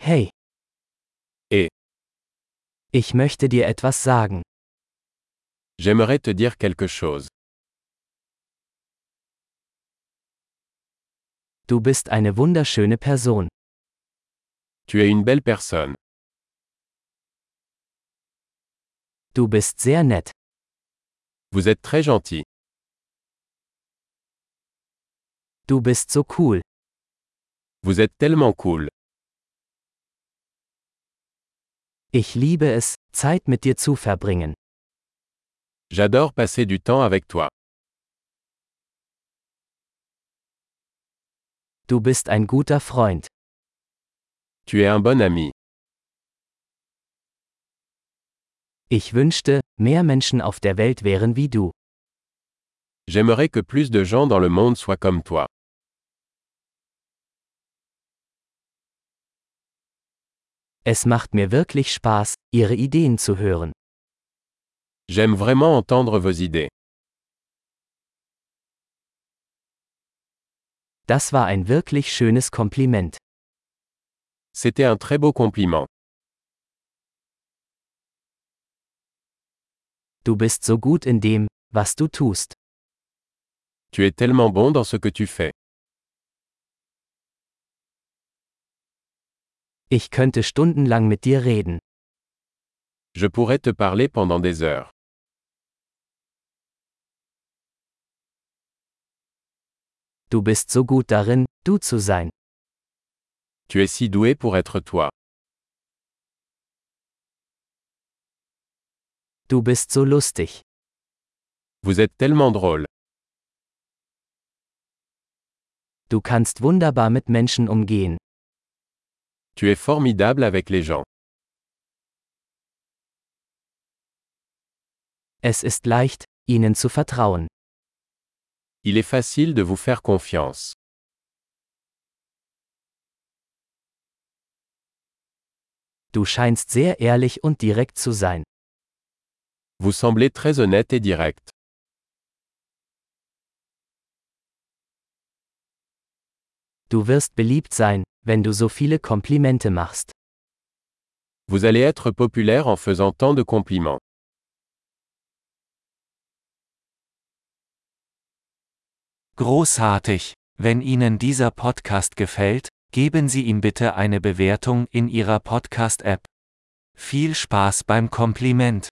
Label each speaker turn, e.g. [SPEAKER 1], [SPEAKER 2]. [SPEAKER 1] Hey.
[SPEAKER 2] Eh.
[SPEAKER 1] Ich möchte dir etwas sagen.
[SPEAKER 2] J'aimerais te dire quelque chose.
[SPEAKER 1] Du bist eine wunderschöne Person.
[SPEAKER 2] Tu es une belle personne.
[SPEAKER 1] Du bist sehr nett.
[SPEAKER 2] Vous êtes très gentil.
[SPEAKER 1] Du bist so cool.
[SPEAKER 2] Vous êtes tellement cool.
[SPEAKER 1] Ich liebe es, Zeit mit dir zu verbringen.
[SPEAKER 2] J'adore passer du temps avec toi.
[SPEAKER 1] Du bist ein guter Freund.
[SPEAKER 2] Tu es un bon ami.
[SPEAKER 1] Ich wünschte, mehr Menschen auf der Welt wären wie du.
[SPEAKER 2] J'aimerais que plus de gens dans le monde soient comme toi.
[SPEAKER 1] Es macht mir wirklich Spaß, ihre Ideen zu hören.
[SPEAKER 2] J'aime vraiment entendre vos idées.
[SPEAKER 1] Das war ein wirklich schönes Kompliment.
[SPEAKER 2] C'était un très beau compliment.
[SPEAKER 1] Du bist so gut in dem, was du tust.
[SPEAKER 2] Tu es tellement bon dans ce que tu fais.
[SPEAKER 1] Ich könnte stundenlang mit dir reden.
[SPEAKER 2] Je pourrais te parler pendant des heures.
[SPEAKER 1] Du bist so gut darin, du zu sein.
[SPEAKER 2] Tu es si doué pour être toi.
[SPEAKER 1] Du bist so lustig.
[SPEAKER 2] Vous êtes tellement drôle.
[SPEAKER 1] Du kannst wunderbar mit Menschen umgehen.
[SPEAKER 2] Tu es formidable avec les gens.
[SPEAKER 1] Es ist leicht, ihnen zu vertrauen.
[SPEAKER 2] Il est facile de vous faire confiance.
[SPEAKER 1] Du scheinst sehr ehrlich und direkt zu sein.
[SPEAKER 2] Vous semblez très honnête et direct.
[SPEAKER 1] Du wirst beliebt sein, wenn du so viele Komplimente machst.
[SPEAKER 2] Vous allez être populaire en faisant tant de compliments.
[SPEAKER 3] Großartig! Wenn Ihnen dieser Podcast gefällt, geben Sie ihm bitte eine Bewertung in Ihrer Podcast-App. Viel Spaß beim Kompliment!